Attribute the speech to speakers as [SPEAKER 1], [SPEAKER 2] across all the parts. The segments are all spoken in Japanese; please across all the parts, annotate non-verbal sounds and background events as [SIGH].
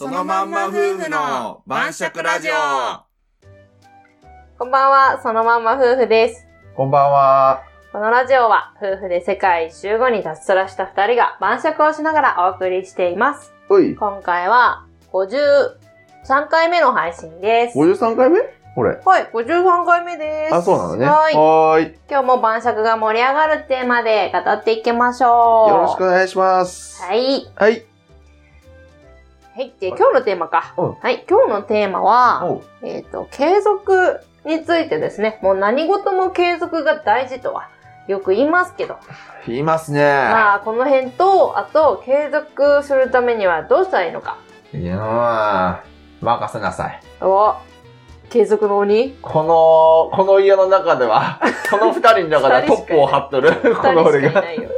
[SPEAKER 1] のまんま夫婦の晩酌ラジオ
[SPEAKER 2] こんばんは、そのまんま夫婦です。
[SPEAKER 3] こんばんは。
[SPEAKER 2] このラジオは、夫婦で世界一周後に脱サラした二人が晩酌をしながらお送りしています。
[SPEAKER 3] おい、
[SPEAKER 2] 今回は、53回目の配信です。は
[SPEAKER 3] 53回目これ。
[SPEAKER 2] い、53回目です。
[SPEAKER 3] あ、そうなのね。
[SPEAKER 2] はい。
[SPEAKER 3] はーい。
[SPEAKER 2] 今日も晩酌が盛り上がるテーマで語っていきましょう。
[SPEAKER 3] よろしくお願いします。。
[SPEAKER 2] はいい。
[SPEAKER 3] はい。
[SPEAKER 2] はい。で、今日のテーマか。
[SPEAKER 3] うん
[SPEAKER 2] はい。今日のテーマは、
[SPEAKER 3] おう
[SPEAKER 2] えっ、と、継続についてですね。もう何事も継続が大事とは、よく言いますけど。
[SPEAKER 3] 言いますね。
[SPEAKER 2] まあ、この辺と、あと、継続するためにはどうしたらいいのか。
[SPEAKER 3] いやー、任せなさい。
[SPEAKER 2] お継続の鬼
[SPEAKER 3] この、この家の中で
[SPEAKER 2] [LAUGHS]
[SPEAKER 3] は、この二人の中では
[SPEAKER 2] 二
[SPEAKER 3] ト
[SPEAKER 2] 人
[SPEAKER 3] ッ
[SPEAKER 2] しかいない
[SPEAKER 3] プを張っとる。 [LAUGHS] こ
[SPEAKER 2] 二
[SPEAKER 3] の
[SPEAKER 2] 人し
[SPEAKER 3] 俺
[SPEAKER 2] かい
[SPEAKER 3] が。
[SPEAKER 2] ないよ。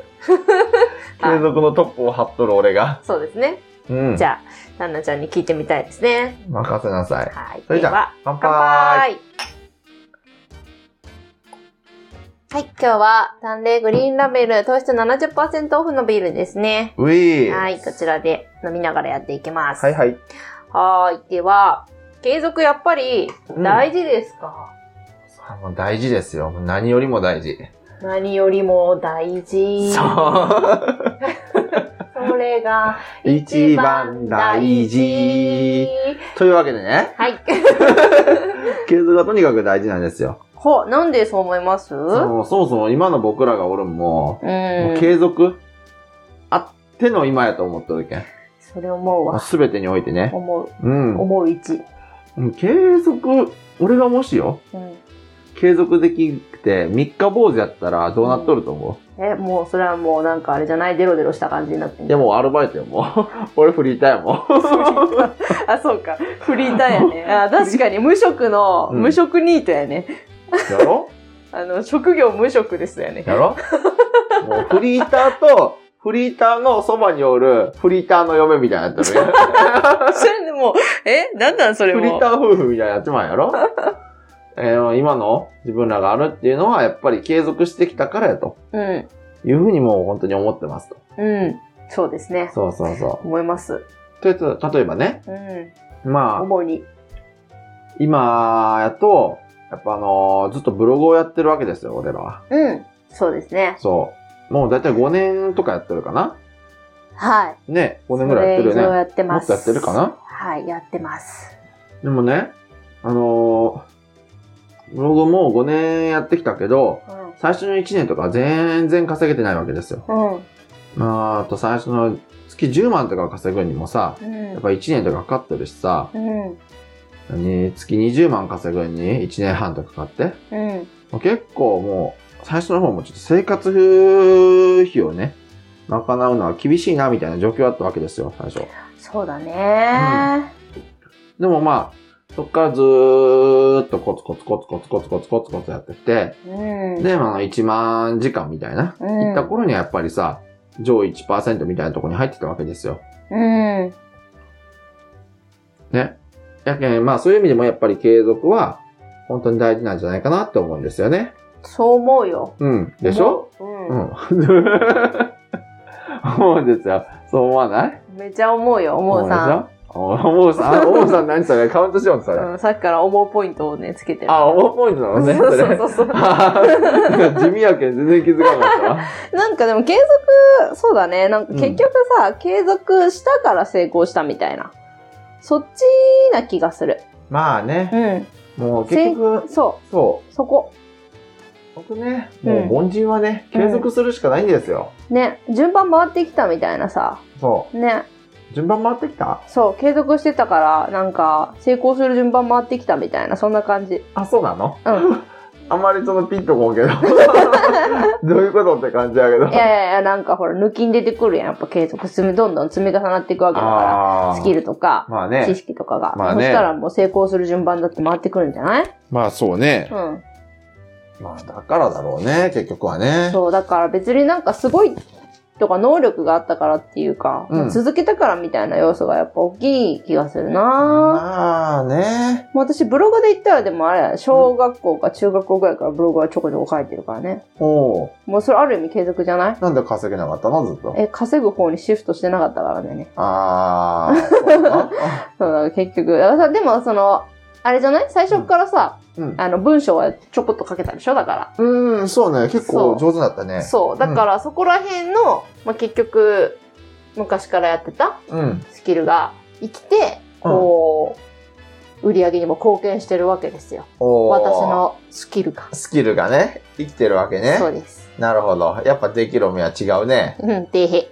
[SPEAKER 3] 継続のトップを張っとる俺が。
[SPEAKER 2] そうですね。
[SPEAKER 3] うん
[SPEAKER 2] じ。ゃあ、ナンナちゃんに聞いてみたいですね。
[SPEAKER 3] 任せなさい。
[SPEAKER 2] はい。
[SPEAKER 3] それ
[SPEAKER 2] で
[SPEAKER 3] じゃあ
[SPEAKER 2] は、
[SPEAKER 3] 乾
[SPEAKER 2] 乾
[SPEAKER 3] 杯。
[SPEAKER 2] 杯はい、今日は、淡麗グリーンラベル、糖質70%オフのビールですね。
[SPEAKER 3] うい
[SPEAKER 2] は
[SPEAKER 3] はい
[SPEAKER 2] い、こちらで飲みながらやっていきます。
[SPEAKER 3] はい。はい
[SPEAKER 2] はーいでは、継続やっぱり
[SPEAKER 3] うん
[SPEAKER 2] 大事ですか、
[SPEAKER 3] あもう大事ですよ。何よりも大事。
[SPEAKER 2] 何よりも大事。
[SPEAKER 3] そう。
[SPEAKER 2] それが
[SPEAKER 3] 一番大事。というわけでね、
[SPEAKER 2] はい。
[SPEAKER 3] 継続がとにかく大事なんですよ。
[SPEAKER 2] ほ、なんでそう思いますう。
[SPEAKER 3] そうそもそも今の僕らがおるんも、もうん継続あっての今やと思っとるけん。
[SPEAKER 2] それ思うわ。
[SPEAKER 3] すべてにおいてね。
[SPEAKER 2] 思う。
[SPEAKER 3] うん。
[SPEAKER 2] 思う一。
[SPEAKER 3] うん継続、俺がもしよ、
[SPEAKER 2] うん。
[SPEAKER 3] 継続できくて3日坊主やったらどうなっとると思
[SPEAKER 2] え、もうそれはもうなんかあれじゃないデロデロした感じになって
[SPEAKER 3] う、
[SPEAKER 2] る
[SPEAKER 3] いやもうアルバイトやもう。 [LAUGHS] 俺フリーターやもう。
[SPEAKER 2] [LAUGHS] あ、そうか。フリーターやね。あ、確かに無職の、
[SPEAKER 3] うん
[SPEAKER 2] 無職ニートやね。
[SPEAKER 3] [LAUGHS] やろ
[SPEAKER 2] あの、職業無職ですよね。
[SPEAKER 3] やろもうフリーターと、フリーターのそばにおるフリーターの嫁みたいになってるやん。
[SPEAKER 2] それでもう、え、なんなんそれ
[SPEAKER 3] フリー
[SPEAKER 2] も。
[SPEAKER 3] ター夫婦みたいになっちまうや
[SPEAKER 2] [LAUGHS]
[SPEAKER 3] ろえー今の自分らがあるっていうのは、やっぱり継続してきたからやと。
[SPEAKER 2] うん。
[SPEAKER 3] いうふうにもう本当に思ってますと。
[SPEAKER 2] うん。そうですね。
[SPEAKER 3] そうそうそ
[SPEAKER 2] 思います。
[SPEAKER 3] う。とりあえず例えばね、
[SPEAKER 2] うん。
[SPEAKER 3] まあ、
[SPEAKER 2] 思うに。
[SPEAKER 3] 今やと、やっぱあのーずっとブログをやってるわけですよ、俺らは。
[SPEAKER 2] うん。そうですね。
[SPEAKER 3] そう。もうだいたい5年とかやってるかな
[SPEAKER 2] はい。
[SPEAKER 3] ね、5年ぐらいやってる
[SPEAKER 2] それ以上
[SPEAKER 3] よね。
[SPEAKER 2] やってます。
[SPEAKER 3] もっとやってるかな
[SPEAKER 2] はい、やってます。
[SPEAKER 3] でもね、あのーブログも5年やってきたけど、
[SPEAKER 2] うん。
[SPEAKER 3] 最初の1年とかは全然稼げてないわけですよ。
[SPEAKER 2] うん。
[SPEAKER 3] まあ、あと最初の月10万とか稼ぐにもさ、
[SPEAKER 2] うん
[SPEAKER 3] やっぱ1年とかかかってるしさ、
[SPEAKER 2] うん。
[SPEAKER 3] 何月20万稼ぐのに1年半とかかかって、
[SPEAKER 2] うん。
[SPEAKER 3] もう結構もう、最初の方もちょっと生活費をね、賄うのは厳しいなみたいな状況だったわけですよ、最初。
[SPEAKER 2] そうだね。
[SPEAKER 3] でもまあ、そっからずーっとコツコツコツコツコツコツコツコツやってきて、
[SPEAKER 2] うん。
[SPEAKER 3] で、まあ1万時間みたいな、
[SPEAKER 2] うん
[SPEAKER 3] 行った頃にはやっぱりさ、上位1%みたいなところに入ってたわけですよ。
[SPEAKER 2] うん。
[SPEAKER 3] ね。やけん、まあそういう意味でもやっぱり継続は本当に大事なんじゃないかなって思うんですよね。
[SPEAKER 2] そう思うよ。
[SPEAKER 3] うん。でしょ
[SPEAKER 2] うん
[SPEAKER 3] う。ん。 [LAUGHS] 思うんですよ。そう思わない
[SPEAKER 2] めちゃ思うよ、思うさん。
[SPEAKER 3] 思うでしょ思うさ
[SPEAKER 2] [LAUGHS]
[SPEAKER 3] ん。思うさん何それカウントしようそれ。
[SPEAKER 2] うん、さっきから思うポイントをね、つけてる。
[SPEAKER 3] あ、思うポイントなのね。
[SPEAKER 2] そう
[SPEAKER 3] そ
[SPEAKER 2] そ
[SPEAKER 3] れ [LAUGHS]
[SPEAKER 2] うそうそう。
[SPEAKER 3] あー地味やけん全然気づかなかったわ。
[SPEAKER 2] なんかでも継続、そうだね。なんか結局さ、継続したから成功したみたいな。そっちな気がする。
[SPEAKER 3] まあね。
[SPEAKER 2] うん。
[SPEAKER 3] もう結局、
[SPEAKER 2] そ、
[SPEAKER 3] そう
[SPEAKER 2] そこ。
[SPEAKER 3] う。僕ね、
[SPEAKER 2] う
[SPEAKER 3] も
[SPEAKER 2] ん
[SPEAKER 3] う凡人はね、継続するしかないんですよ。
[SPEAKER 2] ね、順番回ってきたみたいなさ。
[SPEAKER 3] そ
[SPEAKER 2] ね、
[SPEAKER 3] う。順番回ってきた
[SPEAKER 2] そう、継続してたから、なんか、成功する順番回ってきたみたいな、そんな感じ。
[SPEAKER 3] あ、そうなの [LAUGHS]
[SPEAKER 2] うん。
[SPEAKER 3] あんまりそのピンとこん
[SPEAKER 2] [LAUGHS]
[SPEAKER 3] けど。どういうことって感じやけど
[SPEAKER 2] い。やいやいや、なんかほら、抜きに出てくるやん。やっぱ継続積み、どんどん積み重なっていくわけだか
[SPEAKER 3] あ
[SPEAKER 2] ら。スキルとか、
[SPEAKER 3] まあ
[SPEAKER 2] 知
[SPEAKER 3] ね。
[SPEAKER 2] 識とかが。
[SPEAKER 3] まあね
[SPEAKER 2] そしたらもう成功する順番だって回ってくるんじゃない
[SPEAKER 3] まあそうね。
[SPEAKER 2] うん。
[SPEAKER 3] まあだからだろうね、結局はね。
[SPEAKER 2] そう、だから別になんかすごいとか能力があったからっていうか、
[SPEAKER 3] うん
[SPEAKER 2] 続けたからみたいな要素がやっぱ大きい気がするな、
[SPEAKER 3] まあね。
[SPEAKER 2] もう私ブログで言ったらでもあれ、小学校か中学校ぐらいからブログはちょこちょこ書いてるからね。
[SPEAKER 3] おう
[SPEAKER 2] もうそれある意味継続じゃない
[SPEAKER 3] なんで稼げなかったのずっと。
[SPEAKER 2] え、稼ぐ方にシフトしてなかったからだよね。
[SPEAKER 3] ああ。
[SPEAKER 2] [LAUGHS]
[SPEAKER 3] そうだな
[SPEAKER 2] そうだ、結局。だからさ、でもその、あれじゃない最初からさ、
[SPEAKER 3] うん
[SPEAKER 2] あの文章はちょこっと書けたでしょだか
[SPEAKER 3] うん、そうね。結構
[SPEAKER 2] そ
[SPEAKER 3] 上手だった
[SPEAKER 2] ら。
[SPEAKER 3] ね。
[SPEAKER 2] そう。だからそこら辺の、まあ、結局、昔からやってた
[SPEAKER 3] うん。
[SPEAKER 2] スキルが生きて、こう、売り上げにも貢献してるわけですよ。
[SPEAKER 3] おー
[SPEAKER 2] 私。のスキルが。
[SPEAKER 3] スキルがね、生きてるわけね
[SPEAKER 2] そ。うです。
[SPEAKER 3] なるほど。やっぱできる目は違うね。
[SPEAKER 2] うん、
[SPEAKER 3] [LAUGHS]
[SPEAKER 2] てへ。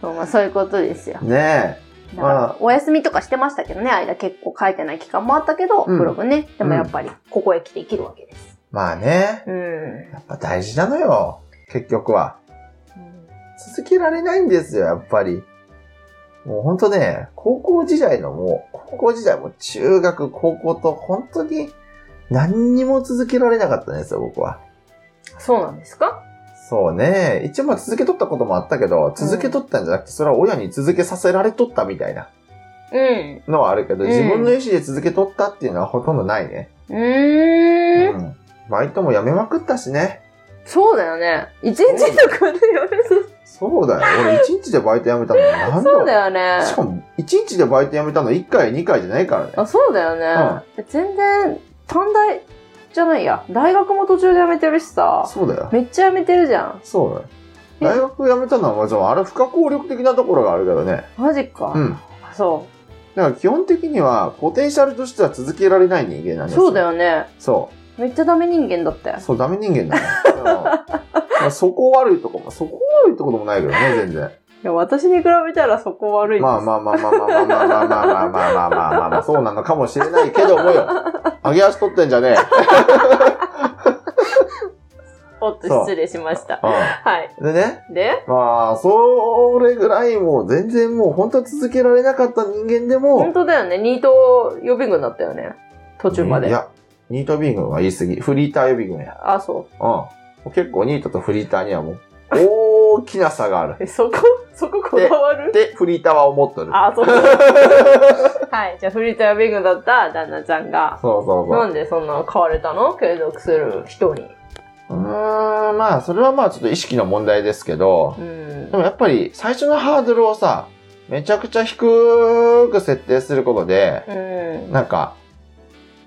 [SPEAKER 2] そうまあ、そういうことですよ。
[SPEAKER 3] ね
[SPEAKER 2] だか
[SPEAKER 3] あ
[SPEAKER 2] ら
[SPEAKER 3] あ
[SPEAKER 2] お休みとかしてましたけどね、間結構書いてない期間もあったけど、
[SPEAKER 3] うん
[SPEAKER 2] ブログね。でもやっぱり、ここへ来て生きるわけです
[SPEAKER 3] え。。まあね。
[SPEAKER 2] うん。
[SPEAKER 3] やっぱ大事なのよ。結局は。続けられないんですよ、やっぱり。もうほんとね、高校時代のもう、高校時代も中学、高校と本当に何にも続けられなかったんですよ、僕は。
[SPEAKER 2] そうなんですか
[SPEAKER 3] そうね。一応まあ続けとったこともあったけど、続けとったんじゃなくて、それは親に続けさせられとったみたいな
[SPEAKER 2] うん。
[SPEAKER 3] のはあるけど、
[SPEAKER 2] うん
[SPEAKER 3] 自分の意思で続けとったっていうのはほとんどないね。
[SPEAKER 2] うーん。
[SPEAKER 3] うんバイトも辞めまくったしね。
[SPEAKER 2] そうだよね。一日とかでやめそう。
[SPEAKER 3] そうだよ。俺一日でバイト辞めたの何
[SPEAKER 2] [LAUGHS] そうだ
[SPEAKER 3] よ。
[SPEAKER 2] よね。
[SPEAKER 3] しかも、一日でバイト辞めたの1回、2回じゃないからね。
[SPEAKER 2] あ、そうだよね。全然、短大じゃないや。大学も途中で辞めてるしさ。
[SPEAKER 3] そうだよ。
[SPEAKER 2] めっちゃ辞めてるじゃん。
[SPEAKER 3] そうだよ。大学辞めたのはもちろん、あれ不可抗力的なところがあるけどね。
[SPEAKER 2] マジか。
[SPEAKER 3] うん。だ
[SPEAKER 2] そ
[SPEAKER 3] から基本的には、ポテンシャルとしては続けられない人間なんで
[SPEAKER 2] う。
[SPEAKER 3] す
[SPEAKER 2] そうだ
[SPEAKER 3] よ。
[SPEAKER 2] よね。
[SPEAKER 3] そ
[SPEAKER 2] めっちゃダメ人間だったよ
[SPEAKER 3] う。。そう、ダメ人間だね。うんまあそこ悪いとこも、そこ悪いとこでもないけどね、全然。
[SPEAKER 2] いや、私に比べたらそこ悪いです。
[SPEAKER 3] まあまあまあまあまあまあまあまあまあまあまあまあまあまあ、そうなのかもしれないけどもよ。揚げ足取ってんじゃねえ。
[SPEAKER 2] おっと、失礼しました。はい。
[SPEAKER 3] うん。でね、
[SPEAKER 2] で
[SPEAKER 3] まあ、それぐらいもう全然もう本当は続けられなかった人間で
[SPEAKER 2] 本
[SPEAKER 3] も、
[SPEAKER 2] 当だよね。ニート予備軍だったよね。途中ま
[SPEAKER 3] い
[SPEAKER 2] で。
[SPEAKER 3] や、ニートビー軍は言い過ぎ。フリーター予備軍や。
[SPEAKER 2] あ、そ
[SPEAKER 3] うん。もう結構ニートとフリーターにはもう、大きな差がある。
[SPEAKER 2] う。え、そこ、 [LAUGHS] そここだわる
[SPEAKER 3] で、フリーターは思っとる。[LAUGHS]
[SPEAKER 2] あ、そう。はい。じゃあ、フリーター予備軍だった旦那ちゃんが、
[SPEAKER 3] そうそうそう。
[SPEAKER 2] なんでそんな買われたの継続する人に。
[SPEAKER 3] うーん、まあ、それはまあちょっと意識の問題ですけど、
[SPEAKER 2] うん
[SPEAKER 3] で。もやっぱり最初のハードルをさ、めちゃくちゃ低く設定することで、
[SPEAKER 2] うん。
[SPEAKER 3] なんか、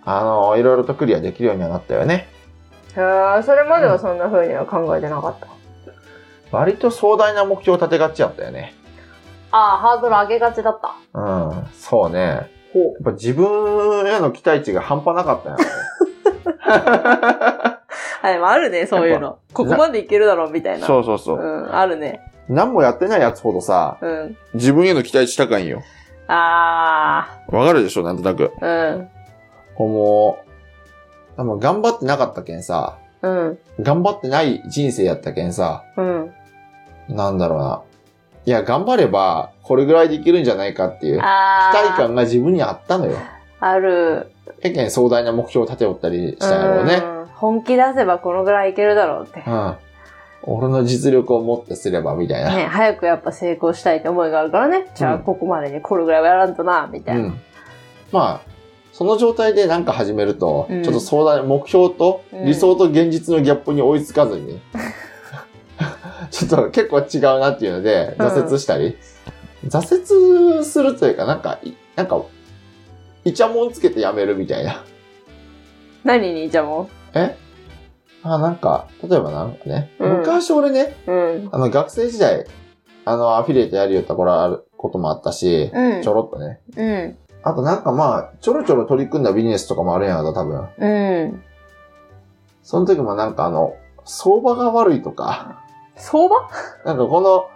[SPEAKER 3] あの、いろいろとクリアできるようにはなったよね。
[SPEAKER 2] へえ、それまではそんな風には考えてなかった。
[SPEAKER 3] 割と壮大な目標を立てがちやったよね。
[SPEAKER 2] あハードル上げがちだった。
[SPEAKER 3] うん、そうね。や
[SPEAKER 2] ほ
[SPEAKER 3] っぱ自分への期待値が半端なかったよね。
[SPEAKER 2] う。はい、まあ、あるね、そういうの。ここまでいけるだろう、みたいな。
[SPEAKER 3] そうそうそうう。
[SPEAKER 2] ん、あるね。
[SPEAKER 3] 何もやってないやつほどさ、
[SPEAKER 2] うん。
[SPEAKER 3] 自分への期待値高いんよ。
[SPEAKER 2] あ
[SPEAKER 3] わかるでしょ、なんとなく。
[SPEAKER 2] ー。うん。
[SPEAKER 3] もう、でも頑張ってなかったけんさ、
[SPEAKER 2] うん。
[SPEAKER 3] 頑張ってない人生やったけんさ、
[SPEAKER 2] うん。
[SPEAKER 3] なんだろうな。いや、頑張れば、これぐらいできるんじゃないかっていう、期
[SPEAKER 2] あー
[SPEAKER 3] 待感が自分にあったのよ。
[SPEAKER 2] ある。
[SPEAKER 3] 結構壮大な目標を立ておったりしたんやろうね。
[SPEAKER 2] うん本気出せばこのぐらいいけるだろうって。
[SPEAKER 3] う
[SPEAKER 2] ね、
[SPEAKER 3] ん。俺の実力をもってすれば、みたいな。
[SPEAKER 2] 早くやっぱ成功したいって思いがあるからね。じゃあここまでにこれぐらいはやらんとな、みた
[SPEAKER 3] う
[SPEAKER 2] いな。
[SPEAKER 3] ん。まあ、その状態でなんか始めると、
[SPEAKER 2] うん
[SPEAKER 3] ちょっと壮大な目標と、
[SPEAKER 2] うん
[SPEAKER 3] 理想と現実のギャップに追いつかずに、 [LAUGHS] ちょっと結構違うなっていうので、
[SPEAKER 2] うん
[SPEAKER 3] 挫折したり、挫折するというか、なんか、いなんか、イチャモンつけてやめるみたいな。
[SPEAKER 2] 何にじゃあも
[SPEAKER 3] えあ、なんか、例えばなんかね、
[SPEAKER 2] うん
[SPEAKER 3] 昔俺ね、
[SPEAKER 2] う。うん。
[SPEAKER 3] あの学生時代、あの、アフィリエイトやりよった頃あることもあったし、
[SPEAKER 2] うん
[SPEAKER 3] ちょろっとね。
[SPEAKER 2] うん。
[SPEAKER 3] あとなんかまあ、ちょろちょろ取り組んだビジネスとかもあるんやろな、多分。
[SPEAKER 2] うん。
[SPEAKER 3] その時もなんかあの、相場が悪いとか、
[SPEAKER 2] [LAUGHS]
[SPEAKER 3] [LAUGHS]
[SPEAKER 2] 相場
[SPEAKER 3] なんかこの、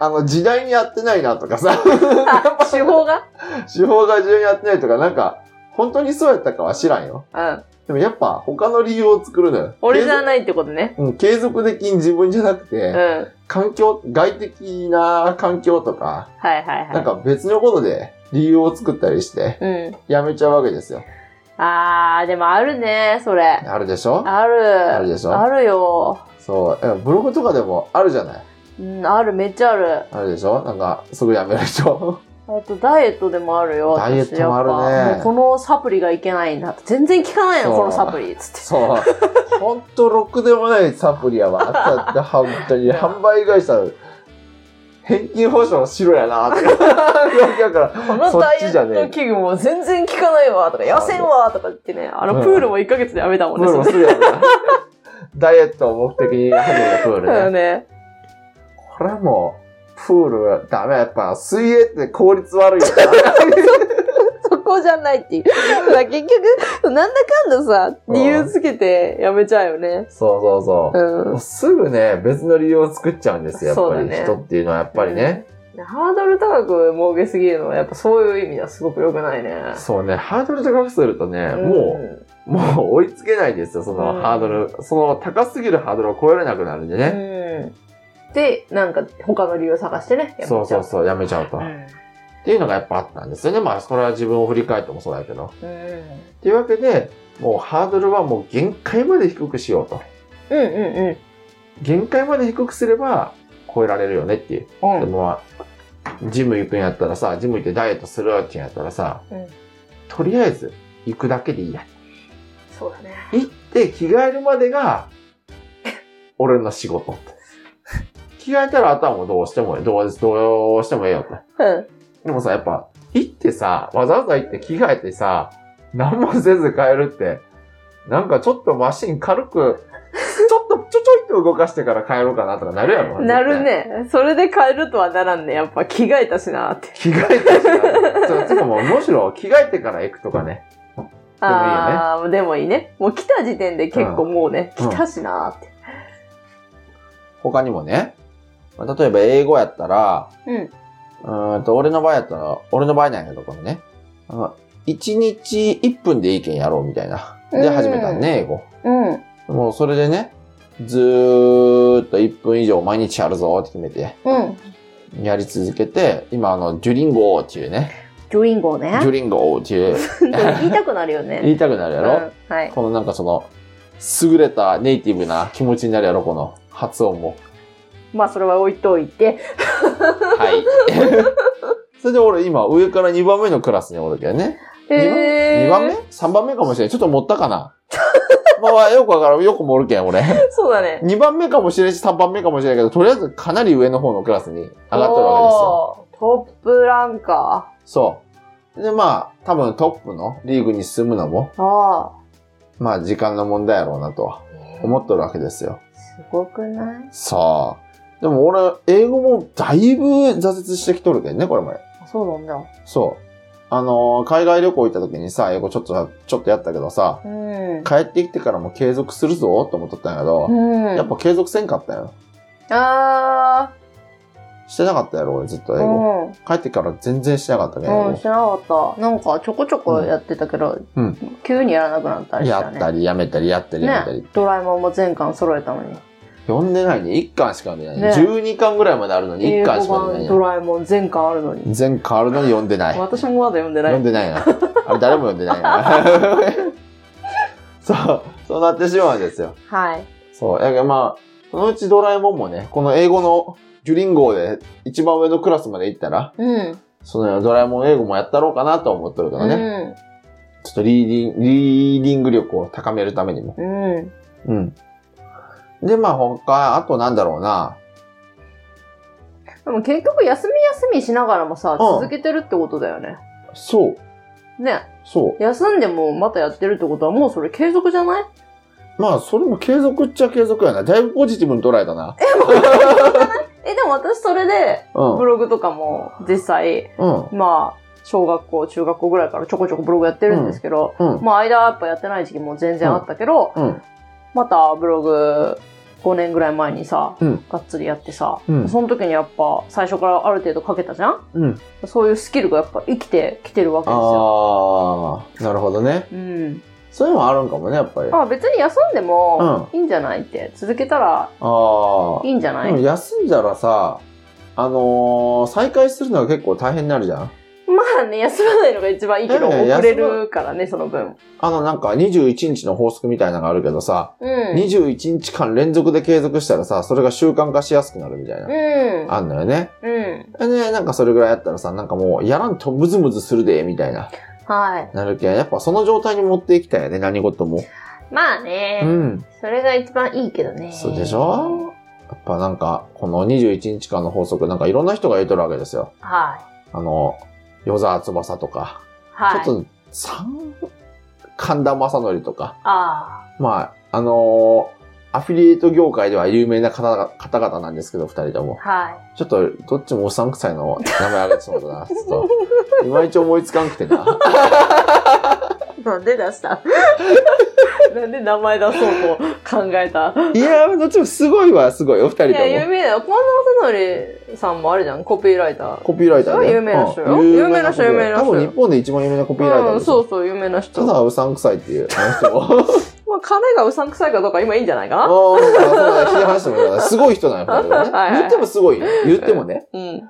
[SPEAKER 3] あの、時代にやってないなとかさ、 [LAUGHS]
[SPEAKER 2] あ手法が
[SPEAKER 3] 手法が時代にやってないとか、なんか、本当にそうやったかは知らんよ。
[SPEAKER 2] うん。
[SPEAKER 3] でもやっぱ他の理由を作るのよ。
[SPEAKER 2] 俺じゃ
[SPEAKER 3] 継
[SPEAKER 2] ないってことね。
[SPEAKER 3] 続うん、継続的に自分じゃなくて、
[SPEAKER 2] うん。はい
[SPEAKER 3] 環境、外的な環境とか、
[SPEAKER 2] はいはい。
[SPEAKER 3] なんか別のことで理由を作ったりして、
[SPEAKER 2] うん。
[SPEAKER 3] やめちゃうわけですよ。
[SPEAKER 2] あー、でもあるね、それ。
[SPEAKER 3] あるでしょ
[SPEAKER 2] ある。
[SPEAKER 3] あるでしょ
[SPEAKER 2] あるよ。
[SPEAKER 3] そう、えブログとかでもあるじゃない
[SPEAKER 2] うん、ある、めっちゃある。
[SPEAKER 3] あるでしょなんか、すぐやめる人。 [LAUGHS]
[SPEAKER 2] あと、ダイエットでもあるよ。
[SPEAKER 3] ダイエットもあるね
[SPEAKER 2] 私やっぱもうこのサプリがいけないんだ。全然効かないの、
[SPEAKER 3] そう
[SPEAKER 2] このサプリ。つって。
[SPEAKER 3] そう。ほんと、ろくでもないサプリやわ。あったって、本当に。販売会社、返金保証白やなって。だから、
[SPEAKER 2] この
[SPEAKER 3] そっ
[SPEAKER 2] ダイエ
[SPEAKER 3] ちじゃね
[SPEAKER 2] ット
[SPEAKER 3] え。
[SPEAKER 2] 器具も全然効かないわ、とか、痩せんわ、とか言ってね。あ
[SPEAKER 3] うん
[SPEAKER 2] の、プールも1ヶ月でやめたもん
[SPEAKER 3] プ
[SPEAKER 2] ね。
[SPEAKER 3] ールも
[SPEAKER 2] そ
[SPEAKER 3] するやろな。ダイエットを目的に始めたプー
[SPEAKER 2] うだ
[SPEAKER 3] ル
[SPEAKER 2] よ
[SPEAKER 3] ね。
[SPEAKER 2] ね。
[SPEAKER 3] これはもう、プールはダメ。やっぱ、水泳って効率悪いよな。
[SPEAKER 2] そこじゃないっていう。だから結局、なんだかんださ、理由つけてやめちゃうよね。
[SPEAKER 3] そうそうそうう。
[SPEAKER 2] ん
[SPEAKER 3] もう。すぐね、別の理由を作っちゃうんですよ、やっぱり、
[SPEAKER 2] そうだね
[SPEAKER 3] 人っていうのはやっぱりね。
[SPEAKER 2] ハードル高く儲けすぎるのは、やっぱそういう意味ではすごく良くないね。
[SPEAKER 3] そうね、ハードル高くするとね、
[SPEAKER 2] うん
[SPEAKER 3] もう、もう追いつけないですよ、その
[SPEAKER 2] うん
[SPEAKER 3] ハードル。その高すぎるハードルを超えれなくなるんでね。
[SPEAKER 2] うん。で、なんか他の理由を探してね、やめちゃ
[SPEAKER 3] そうそう
[SPEAKER 2] う。
[SPEAKER 3] そう、やめちゃうと。
[SPEAKER 2] う
[SPEAKER 3] っ
[SPEAKER 2] ん
[SPEAKER 3] ていうのがやっぱあったんですよね。まあ、それは自分を振り返ってもそうだけど。
[SPEAKER 2] うん
[SPEAKER 3] っていうわけで、もうハードルはもう限界まで低くしようと。
[SPEAKER 2] うんうん
[SPEAKER 3] 限界まで低くすれば超えられるよねっていう。
[SPEAKER 2] うん。
[SPEAKER 3] で
[SPEAKER 2] うん
[SPEAKER 3] もまあ、ジム行くんやったらさ、ジム行ってダイエットするってんやったらさ、
[SPEAKER 2] うん
[SPEAKER 3] とりあえず行くだけでいいや。
[SPEAKER 2] そうだね。
[SPEAKER 3] 行って着替えるまでが、俺の仕事って。着替えたらあとはもうどうしてもええ、どうどうしてもええよって。
[SPEAKER 2] うん。
[SPEAKER 3] でもさ、やっぱ、行ってさ、わざわざ行って着替えてさ、何もせず帰るって、なんかちょっとマシン軽く、ちょっとちょちょいと動かしてから帰ろうかなとかなるやろ。
[SPEAKER 2] なる。ね。それで変えるとはならんね。やっぱ着替えたしなって。
[SPEAKER 3] 着替えてしまう。そうつうかもう、むしろ着替えてから行くとかね。もいいよね
[SPEAKER 2] ああ、でもいいね。もう来た時点で結構もうね、
[SPEAKER 3] うん
[SPEAKER 2] 来たしなって。
[SPEAKER 3] 他にもね、まあ例えば英語やったら、
[SPEAKER 2] うん。
[SPEAKER 3] うーんと、俺の場合やったら、俺の場合なんやけど、このね、あ1日1分でいいけんやろうみたいな。で、
[SPEAKER 2] うん
[SPEAKER 3] 始めたんね、英語。
[SPEAKER 2] うん。
[SPEAKER 3] もうそれでね、ずーっと1分以上毎日やるぞって決めて、
[SPEAKER 2] うん。
[SPEAKER 3] やり続けて、今あの、ジュリンゴーっていうね、
[SPEAKER 2] ジョインゴーね
[SPEAKER 3] ジ。ュリンゴーっていう、
[SPEAKER 2] [LAUGHS] 言いたくなるよね。
[SPEAKER 3] 言いたくなるやろ、
[SPEAKER 2] うんはい。
[SPEAKER 3] このなんかその、優れたネイティブな気持ちになるやろ、この発音も。
[SPEAKER 2] まあそれは置いといて。
[SPEAKER 3] はい。それで俺今上から2番目のクラスにおるけどね。2番目 ?3 番目かもしれん。ちょっと持ったかな。まあまあよくわからん。よくもおるけん、俺。
[SPEAKER 2] [LAUGHS] そうだね。
[SPEAKER 3] 2番目かもしれんし、3番目かもしれんけど、とりあえずかなり上の方のクラスに上がっとるわけですよ。
[SPEAKER 2] おートップランカ
[SPEAKER 3] そう。で、まあ、多分トップのリーグに進むのも、
[SPEAKER 2] ー。あ
[SPEAKER 3] まあ時間の問題やろうなとは
[SPEAKER 2] あ。
[SPEAKER 3] 思っとるわけですよ。
[SPEAKER 2] すごくない
[SPEAKER 3] さあ。でも俺、英語もだいぶ挫折してきとるけんね、これまで。
[SPEAKER 2] そうなんだ。
[SPEAKER 3] そう。あのー海外旅行行った時にさ、英語ちょっと、ちょっとやったけどさ、
[SPEAKER 2] うん。
[SPEAKER 3] 帰ってきてからも継続するぞと思っとったんやけど、
[SPEAKER 2] うん。
[SPEAKER 3] やっぱ継続せんかったよ。
[SPEAKER 2] あ
[SPEAKER 3] してなかったやろ、俺ずっと英
[SPEAKER 2] あ、
[SPEAKER 3] 語。
[SPEAKER 2] うん。
[SPEAKER 3] 帰ってから全然してなかったね、英
[SPEAKER 2] うん、
[SPEAKER 3] 語
[SPEAKER 2] 知らなかった。なんかちょこちょこやってたけど、
[SPEAKER 3] うん
[SPEAKER 2] 急にやらなくなったりし
[SPEAKER 3] や
[SPEAKER 2] たね。
[SPEAKER 3] ったり、やめたり、やったり、やめたり。
[SPEAKER 2] ね、ドラえもんも全巻揃えたのに。
[SPEAKER 3] 読んでないね。1巻しか読んでないね。
[SPEAKER 2] ね
[SPEAKER 3] 12巻ぐらいまであるのに1巻しか読んで
[SPEAKER 2] 英
[SPEAKER 3] ない
[SPEAKER 2] ド
[SPEAKER 3] ね。
[SPEAKER 2] ラえもん全巻あるのに。
[SPEAKER 3] 全巻あるのに読んでない。
[SPEAKER 2] 私もまだ読んでない。
[SPEAKER 3] 読んでないな。あれ誰も読んでない
[SPEAKER 2] [LAUGHS]
[SPEAKER 3] な。 [LAUGHS] そう、そうなってしまうんですよ。
[SPEAKER 2] はい。
[SPEAKER 3] そう。やけどまあ、そのうちドラえもんもね、この英語のジュリン号で一番上のクラスまで行ったら、
[SPEAKER 2] うん。
[SPEAKER 3] そのドラえもん英語もやったろうかなと思っとるからね。ちょっとリーディング、リーディング力を高めるためにも。
[SPEAKER 2] うん。うん。
[SPEAKER 3] うん。で、まあ他、あとなんだろうな。
[SPEAKER 2] でも結局休み休みしながらもさ、
[SPEAKER 3] うん
[SPEAKER 2] 続けてるってことだよね。
[SPEAKER 3] そう、
[SPEAKER 2] ね。
[SPEAKER 3] そう。
[SPEAKER 2] 休んでもまたやってるってことはもうそれ継続じゃない
[SPEAKER 3] まあ、それも継続っちゃ継続やな。だいぶポジティブに捉えたな。
[SPEAKER 2] え、でも私それで
[SPEAKER 3] うん。う
[SPEAKER 2] ブログとかも実際、
[SPEAKER 3] ん。
[SPEAKER 2] まあ、小学校、中学校ぐらいからちょこちょこブログやってるんですけど、
[SPEAKER 3] うん。
[SPEAKER 2] まあ間はやっぱやってない時期も全然あったけど、
[SPEAKER 3] うん。
[SPEAKER 2] またブログ5年ぐらい前にさ、
[SPEAKER 3] うん
[SPEAKER 2] がっつりやってさ、
[SPEAKER 3] うん
[SPEAKER 2] その時にやっぱ最初からある程度かけたじゃん
[SPEAKER 3] うん。
[SPEAKER 2] そういうスキルがやっぱ生きてきてるわけですよ。
[SPEAKER 3] ああ、なるほどね。
[SPEAKER 2] うん。
[SPEAKER 3] そういうのもあるんかもね、やっぱり。あ
[SPEAKER 2] まあ別に休んでもいいんじゃないって、続けたら
[SPEAKER 3] あ
[SPEAKER 2] いいんじゃな
[SPEAKER 3] ー。
[SPEAKER 2] い、
[SPEAKER 3] でも休んだらさ、あのー再開するのが結構大変になるじゃん。
[SPEAKER 2] まあね、休まないのが一番いいけど、
[SPEAKER 3] うん
[SPEAKER 2] 遅れるからね、その分。
[SPEAKER 3] あの、なんか21日の法則みたいなのがあるけどさ、
[SPEAKER 2] うん。
[SPEAKER 3] 21日間連続で継続したらさ、それが習慣化しやすくなるみたいな。
[SPEAKER 2] うん。
[SPEAKER 3] あんのよね。
[SPEAKER 2] うん。
[SPEAKER 3] で、なんかそれぐらいやったらさ、なんかもう、やらんとムズムズするで、みたいな。
[SPEAKER 2] はい。
[SPEAKER 3] なるけん、やっぱその状態に持っていきたいよね、何事も。
[SPEAKER 2] まあ
[SPEAKER 3] う
[SPEAKER 2] ね、
[SPEAKER 3] ん。
[SPEAKER 2] それが一番いいけどね。
[SPEAKER 3] そうでしょやっぱなんか、この21日間の法則、なんかいろんな人が言うとるわけですよ。
[SPEAKER 2] はい。
[SPEAKER 3] あの、与沢翼とか、
[SPEAKER 2] はい。
[SPEAKER 3] ちょっと、三、神田正則とか、
[SPEAKER 2] あ
[SPEAKER 3] まあ、あのーアフィリエイト業界では有名な方々方々なんですけど、二人とも
[SPEAKER 2] あ。。は
[SPEAKER 3] ちょっと、どっちもおっさんくさいの名前挙げてそう
[SPEAKER 2] [LAUGHS]
[SPEAKER 3] だな。ちょっと、いまいち思いつかんくてな。
[SPEAKER 2] い。なんで出した [LAUGHS] なんで名前出そうと考えた
[SPEAKER 3] いやー、どっちもすごいわ、すごい。お二人と
[SPEAKER 2] いや、有
[SPEAKER 3] も。
[SPEAKER 2] 名だよ。近藤正則さんもあるじゃん、コピーライター。
[SPEAKER 3] コピーライターで。
[SPEAKER 2] すごい有名な人よ
[SPEAKER 3] うん
[SPEAKER 2] 有名な人有名な人
[SPEAKER 3] 多分日本で一番有名なコピーライター
[SPEAKER 2] う
[SPEAKER 3] で
[SPEAKER 2] ん、
[SPEAKER 3] す。
[SPEAKER 2] そうそう、有名な人。
[SPEAKER 3] ただ、うさんくさいっていう、あの人。
[SPEAKER 2] まあ、彼がうさんくさいかどうか今いいんじゃないか
[SPEAKER 3] [LAUGHS] ああ、
[SPEAKER 2] な
[SPEAKER 3] そうだね。聞いて話してもいいかなすごい人なんや、これね
[SPEAKER 2] [LAUGHS] はいはい
[SPEAKER 3] 言ってもすごいよ。言って
[SPEAKER 2] [LAUGHS]
[SPEAKER 3] もね。
[SPEAKER 2] うん。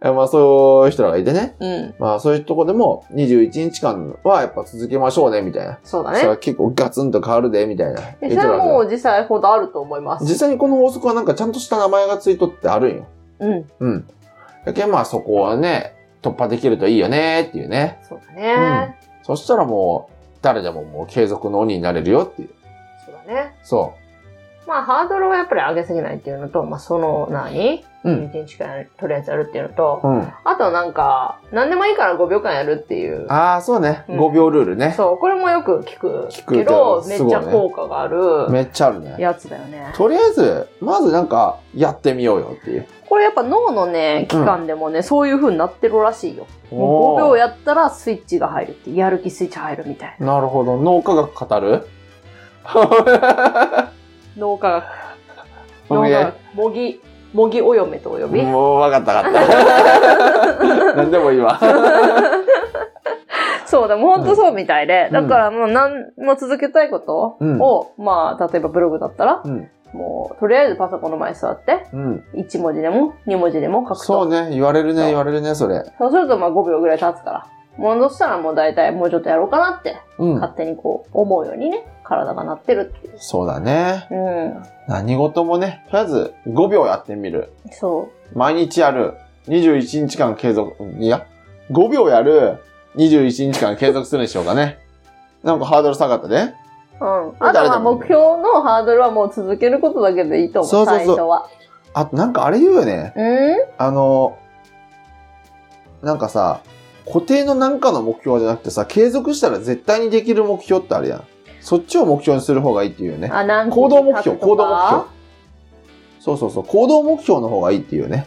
[SPEAKER 3] えまあ、そういう人らがいてね。
[SPEAKER 2] うん。
[SPEAKER 3] まあ、そういうとこでも、21日間はやっぱ続けましょうね、みたいな。
[SPEAKER 2] そうだ
[SPEAKER 3] それ
[SPEAKER 2] ね。
[SPEAKER 3] は結構ガツンと変わるで、みたいな。
[SPEAKER 2] え
[SPEAKER 3] 言
[SPEAKER 2] そ
[SPEAKER 3] っ
[SPEAKER 2] れ
[SPEAKER 3] てる
[SPEAKER 2] は
[SPEAKER 3] わけ
[SPEAKER 2] も
[SPEAKER 3] よ
[SPEAKER 2] う実際ほどあると思います。
[SPEAKER 3] 実際にこの法則はなんかちゃんとした名前がついとってあるんよ。
[SPEAKER 2] うん。
[SPEAKER 3] うん。だけどまあそこはね、突破できるといいよねっていうね。
[SPEAKER 2] そうだね。
[SPEAKER 3] そしたらもう、誰でももう継続の鬼になれるよっていう。
[SPEAKER 2] そうだね。
[SPEAKER 3] そ
[SPEAKER 2] まあ、ハードルをやっぱり上げすぎないっていうのと、まあ、その何、
[SPEAKER 3] う。うん。
[SPEAKER 2] ?1 日間とりあえずやるっていうのと、
[SPEAKER 3] うん。
[SPEAKER 2] あとなんか、何でもいいから5秒間やるっていう。
[SPEAKER 3] ああ、そうね。
[SPEAKER 2] うん
[SPEAKER 3] 5秒ルールね。
[SPEAKER 2] そう、これもよく聞く
[SPEAKER 3] 聞く
[SPEAKER 2] け
[SPEAKER 3] け
[SPEAKER 2] ど
[SPEAKER 3] ど、
[SPEAKER 2] め
[SPEAKER 3] す
[SPEAKER 2] っ
[SPEAKER 3] ごい
[SPEAKER 2] ち
[SPEAKER 3] ね
[SPEAKER 2] ゃ効果がある
[SPEAKER 3] めっちゃあるね。
[SPEAKER 2] やつだよね。
[SPEAKER 3] とりあえず、まずなんか、やってみようよっていう。
[SPEAKER 2] これやっぱ脳のね、器官でもね、そういう風になってるらしいよ。もう
[SPEAKER 3] お
[SPEAKER 2] 5
[SPEAKER 3] ー
[SPEAKER 2] 秒やったらスイッチが入るって、やる気スイッチ入るみたいな。
[SPEAKER 3] なるほど。脳科学語るも
[SPEAKER 2] 脳科学。脳
[SPEAKER 3] う
[SPEAKER 2] 科
[SPEAKER 3] いい
[SPEAKER 2] 学。模擬、模擬お嫁とお呼び。
[SPEAKER 3] もうわかったわ [LAUGHS] かった。何でもいいわ。
[SPEAKER 2] そうだ、もうほんとそうみたいで。
[SPEAKER 3] うん
[SPEAKER 2] だからもうなん、もう続けたいことを、まあ、例えばブログだったら、
[SPEAKER 3] うん。
[SPEAKER 2] もう、とりあえずパソコンの前に座って、
[SPEAKER 3] うん。
[SPEAKER 2] 1文字でも2文字でも書くと。
[SPEAKER 3] そうね。言われる
[SPEAKER 2] そう
[SPEAKER 3] ね、言われるね、それ。
[SPEAKER 2] そうするとまあ5秒ぐらい経つから。戻したらもう大体もうちょっとやろうかなって、
[SPEAKER 3] うん。
[SPEAKER 2] 勝手にこう思うようにね、体がなってるっていう。
[SPEAKER 3] そうだね。
[SPEAKER 2] う
[SPEAKER 3] 何事もね、とりあえず5秒やってみる。
[SPEAKER 2] ん。そ
[SPEAKER 3] 毎日やる。21日間継続、いや、5秒やる。21日間継続するにしようかね。なんかハードル下がったね。
[SPEAKER 2] う。うん。あと
[SPEAKER 3] 誰
[SPEAKER 2] は
[SPEAKER 3] でも
[SPEAKER 2] 目標のハードルはもう続けることだけでいいと思う、
[SPEAKER 3] そうそうそう
[SPEAKER 2] 最初は。
[SPEAKER 3] あとなんかあれ言うよね。
[SPEAKER 2] うん
[SPEAKER 3] あの、なんかさ、固定のなんかの目標じゃなくてさ、継続したら絶対にできる目標ってあるやん。そっちを目標にする方がいいっていうよね。
[SPEAKER 2] あ、なん
[SPEAKER 3] 行動目標、行動目標。そうそうそう、行動目標の方がいいっていうね。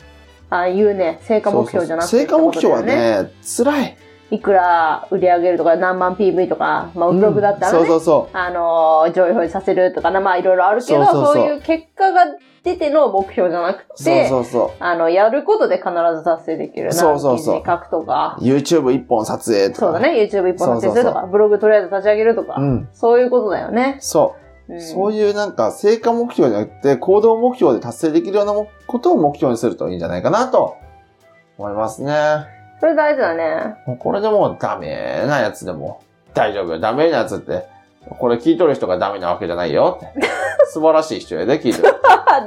[SPEAKER 2] あ、言うね。成果目標じゃなくて、
[SPEAKER 3] そうそうそう成果目標はね、辛い。
[SPEAKER 2] いくら売り上げるとか何万 PV とか、まあ、ブログだったらね、
[SPEAKER 3] うんそうそうそ
[SPEAKER 2] あのー上位表示させるとかな、まあいろいろあるけどそ
[SPEAKER 3] そううそうそう
[SPEAKER 2] いう結果が出ての目標じゃなく
[SPEAKER 3] う。そ
[SPEAKER 2] て
[SPEAKER 3] うそうそ
[SPEAKER 2] あの、やることで必ず達成できる。
[SPEAKER 3] そうそうそう
[SPEAKER 2] 何記事書くとか
[SPEAKER 3] う。。YouTube 一本撮影とか。
[SPEAKER 2] そうだ。ね。YouTube 一本撮影すると
[SPEAKER 3] そうそう
[SPEAKER 2] か、ブログとりあえず立ち上げると
[SPEAKER 3] う
[SPEAKER 2] か。
[SPEAKER 3] ん。
[SPEAKER 2] そういうことだよね。
[SPEAKER 3] そうう。
[SPEAKER 2] ん
[SPEAKER 3] そういうなんか、成果目標じゃなくて、行動目標で達成できるようなもことを目標にするといいんじゃないかなと思いますね。
[SPEAKER 2] それ大事
[SPEAKER 3] [LAUGHS]
[SPEAKER 2] だね。
[SPEAKER 3] もうこれでもうダメなやつでも大丈夫よ。ダメなやつって、これ聞いとる人がダメなわけじゃないよ
[SPEAKER 2] [LAUGHS]
[SPEAKER 3] って。素晴らしい人やで、聞いてる。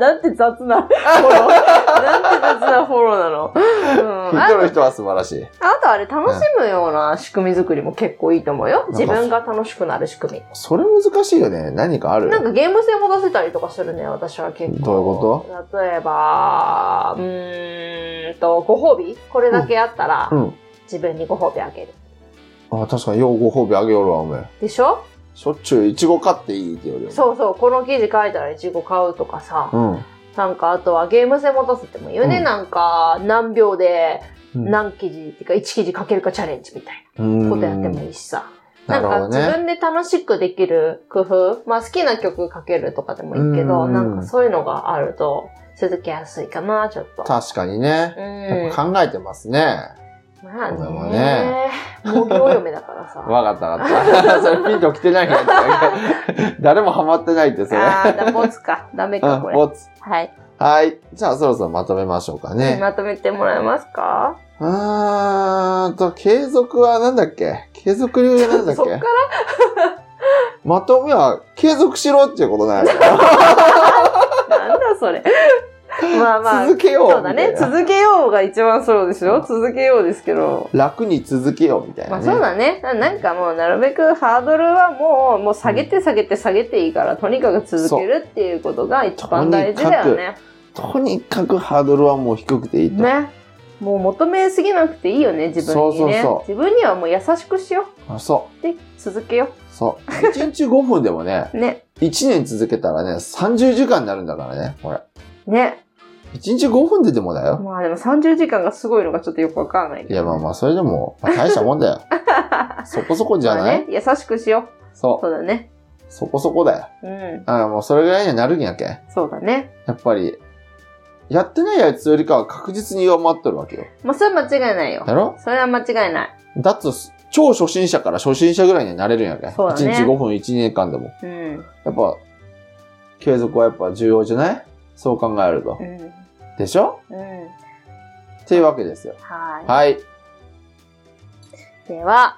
[SPEAKER 2] なんて雑なフォロー。なんて雑なフォローなの。
[SPEAKER 3] [LAUGHS]
[SPEAKER 2] うん
[SPEAKER 3] 聞いとる
[SPEAKER 2] あと
[SPEAKER 3] 人は素晴らしい。
[SPEAKER 2] あとあれ、楽しむような仕組み作りも結構いいと思うよ。自分が楽しくなる仕組み。
[SPEAKER 3] それ難しいよね。何かある
[SPEAKER 2] なんかゲーム性も出せたりとかするね、私は結構。
[SPEAKER 3] どういうこと
[SPEAKER 2] 例えば、うーんと、ご褒美これだけやったら、
[SPEAKER 3] うん。
[SPEAKER 2] 自分にご褒美あげる。
[SPEAKER 3] あ、確かに、ようご褒美あげよるわ、おめえ。
[SPEAKER 2] でしょ
[SPEAKER 3] しょっちゅうイチゴ買っていいって言うよ。
[SPEAKER 2] そうそう、この記事書いたらイチゴ買うとかさ、
[SPEAKER 3] うん。
[SPEAKER 2] なんかあとはゲーム性持たせてもいいよね、
[SPEAKER 3] うん
[SPEAKER 2] なんか何秒で
[SPEAKER 3] うん
[SPEAKER 2] 何記事、っていうか1記事書けるかチャレンジみたいなことやっても
[SPEAKER 3] い。
[SPEAKER 2] いいしさ。
[SPEAKER 3] な
[SPEAKER 2] な
[SPEAKER 3] んるほ
[SPEAKER 2] か
[SPEAKER 3] どね
[SPEAKER 2] 自分で楽しくできる工夫、まあ好きな曲書けるとかでもいいけど、
[SPEAKER 3] うん
[SPEAKER 2] なんかそういうのがあると続けやすいかな、ちょっと。
[SPEAKER 3] 確かにね。
[SPEAKER 2] うん
[SPEAKER 3] やっ。ぱ考えてますね。
[SPEAKER 2] まあ
[SPEAKER 3] そうだもん
[SPEAKER 2] ね
[SPEAKER 3] ね。
[SPEAKER 2] もう業嫁だからさ。
[SPEAKER 3] [LAUGHS] わかったわかった。 [LAUGHS] それピンと来てないやつ [LAUGHS] 誰もハマってないって、それ。
[SPEAKER 2] あー、だ、ボツか。ダメ
[SPEAKER 3] う
[SPEAKER 2] か、
[SPEAKER 3] ん、
[SPEAKER 2] これ。
[SPEAKER 3] おつ
[SPEAKER 2] はい。
[SPEAKER 3] はい。じゃあそろそろまとめましょうかね。
[SPEAKER 2] まとめてもらえますか
[SPEAKER 3] あーと、継続はなんだっけ継続流がなんだっ
[SPEAKER 2] そっか
[SPEAKER 3] け
[SPEAKER 2] ら
[SPEAKER 3] まとめは継続しろっていうことなんやろ
[SPEAKER 2] なんだそれ。 [LAUGHS] まあまあ、
[SPEAKER 3] 続けよう
[SPEAKER 2] そうだね
[SPEAKER 3] み。たいな
[SPEAKER 2] 続けようが一番そうですよ。続けようですけど。
[SPEAKER 3] 楽に続けようみたいな、
[SPEAKER 2] まあ
[SPEAKER 3] ね。
[SPEAKER 2] そうだね。ななんかもうなるべくハードルはもう、もう下げて下げて下げていいから、とにかく続けるっていうことが一番大事だよね。
[SPEAKER 3] とにかくハードルはもう低くていいと。
[SPEAKER 2] ね。もう求めすぎなくていいよね、自分にね。
[SPEAKER 3] そうそうそう
[SPEAKER 2] 自分にはもう優しくしよ。
[SPEAKER 3] あそう
[SPEAKER 2] で、続けよ
[SPEAKER 3] う。そう。1日5分でもね、
[SPEAKER 2] う。ね。
[SPEAKER 3] 1年続けたらね、30時間になるんだからね、これ。
[SPEAKER 2] ね。
[SPEAKER 3] 1日5分ででもだよ。
[SPEAKER 2] まあでも30時間がすごいのがちょっとよくわからない
[SPEAKER 3] い
[SPEAKER 2] けど。
[SPEAKER 3] や、まあまあ、それでも、まあ、大したもん
[SPEAKER 2] [LAUGHS]
[SPEAKER 3] だよ。そこそこじゃ
[SPEAKER 2] まあ
[SPEAKER 3] ない、
[SPEAKER 2] ね。優しくしよう。
[SPEAKER 3] そ
[SPEAKER 2] そうだね。
[SPEAKER 3] う。そこそこだよ。
[SPEAKER 2] うん。
[SPEAKER 3] あもうそれぐらいにはなるんやけん。や
[SPEAKER 2] そうだね。
[SPEAKER 3] っぱり、やってないやつよりかは確実に上回っとるわけよ。
[SPEAKER 2] まあそれは間違いないよ
[SPEAKER 3] だ。ろ
[SPEAKER 2] それは間違いない。
[SPEAKER 3] だと、超初心者から初心者ぐらいにはなれるんやけん。
[SPEAKER 2] そうだね
[SPEAKER 3] 1日5分1年間でも。
[SPEAKER 2] うん。
[SPEAKER 3] やっぱ、継続はやっぱ重要じゃないそう考えると
[SPEAKER 2] う。ん。
[SPEAKER 3] でしょ
[SPEAKER 2] うん。
[SPEAKER 3] っていうわけですよ。
[SPEAKER 2] はい。
[SPEAKER 3] はい。
[SPEAKER 2] では、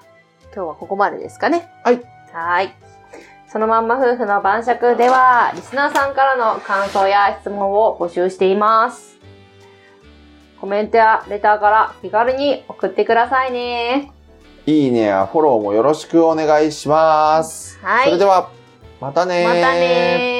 [SPEAKER 2] 今日はここまでですかね。
[SPEAKER 3] はい。
[SPEAKER 2] はい。そのまんま夫婦の晩酌では、リスナーさんからの感想や質問を募集しています。コメントやレターから気軽に送ってくださいね。
[SPEAKER 3] いいねやフォローもよろしくお願いします。
[SPEAKER 2] はい
[SPEAKER 3] それでは、またねー
[SPEAKER 2] またねー。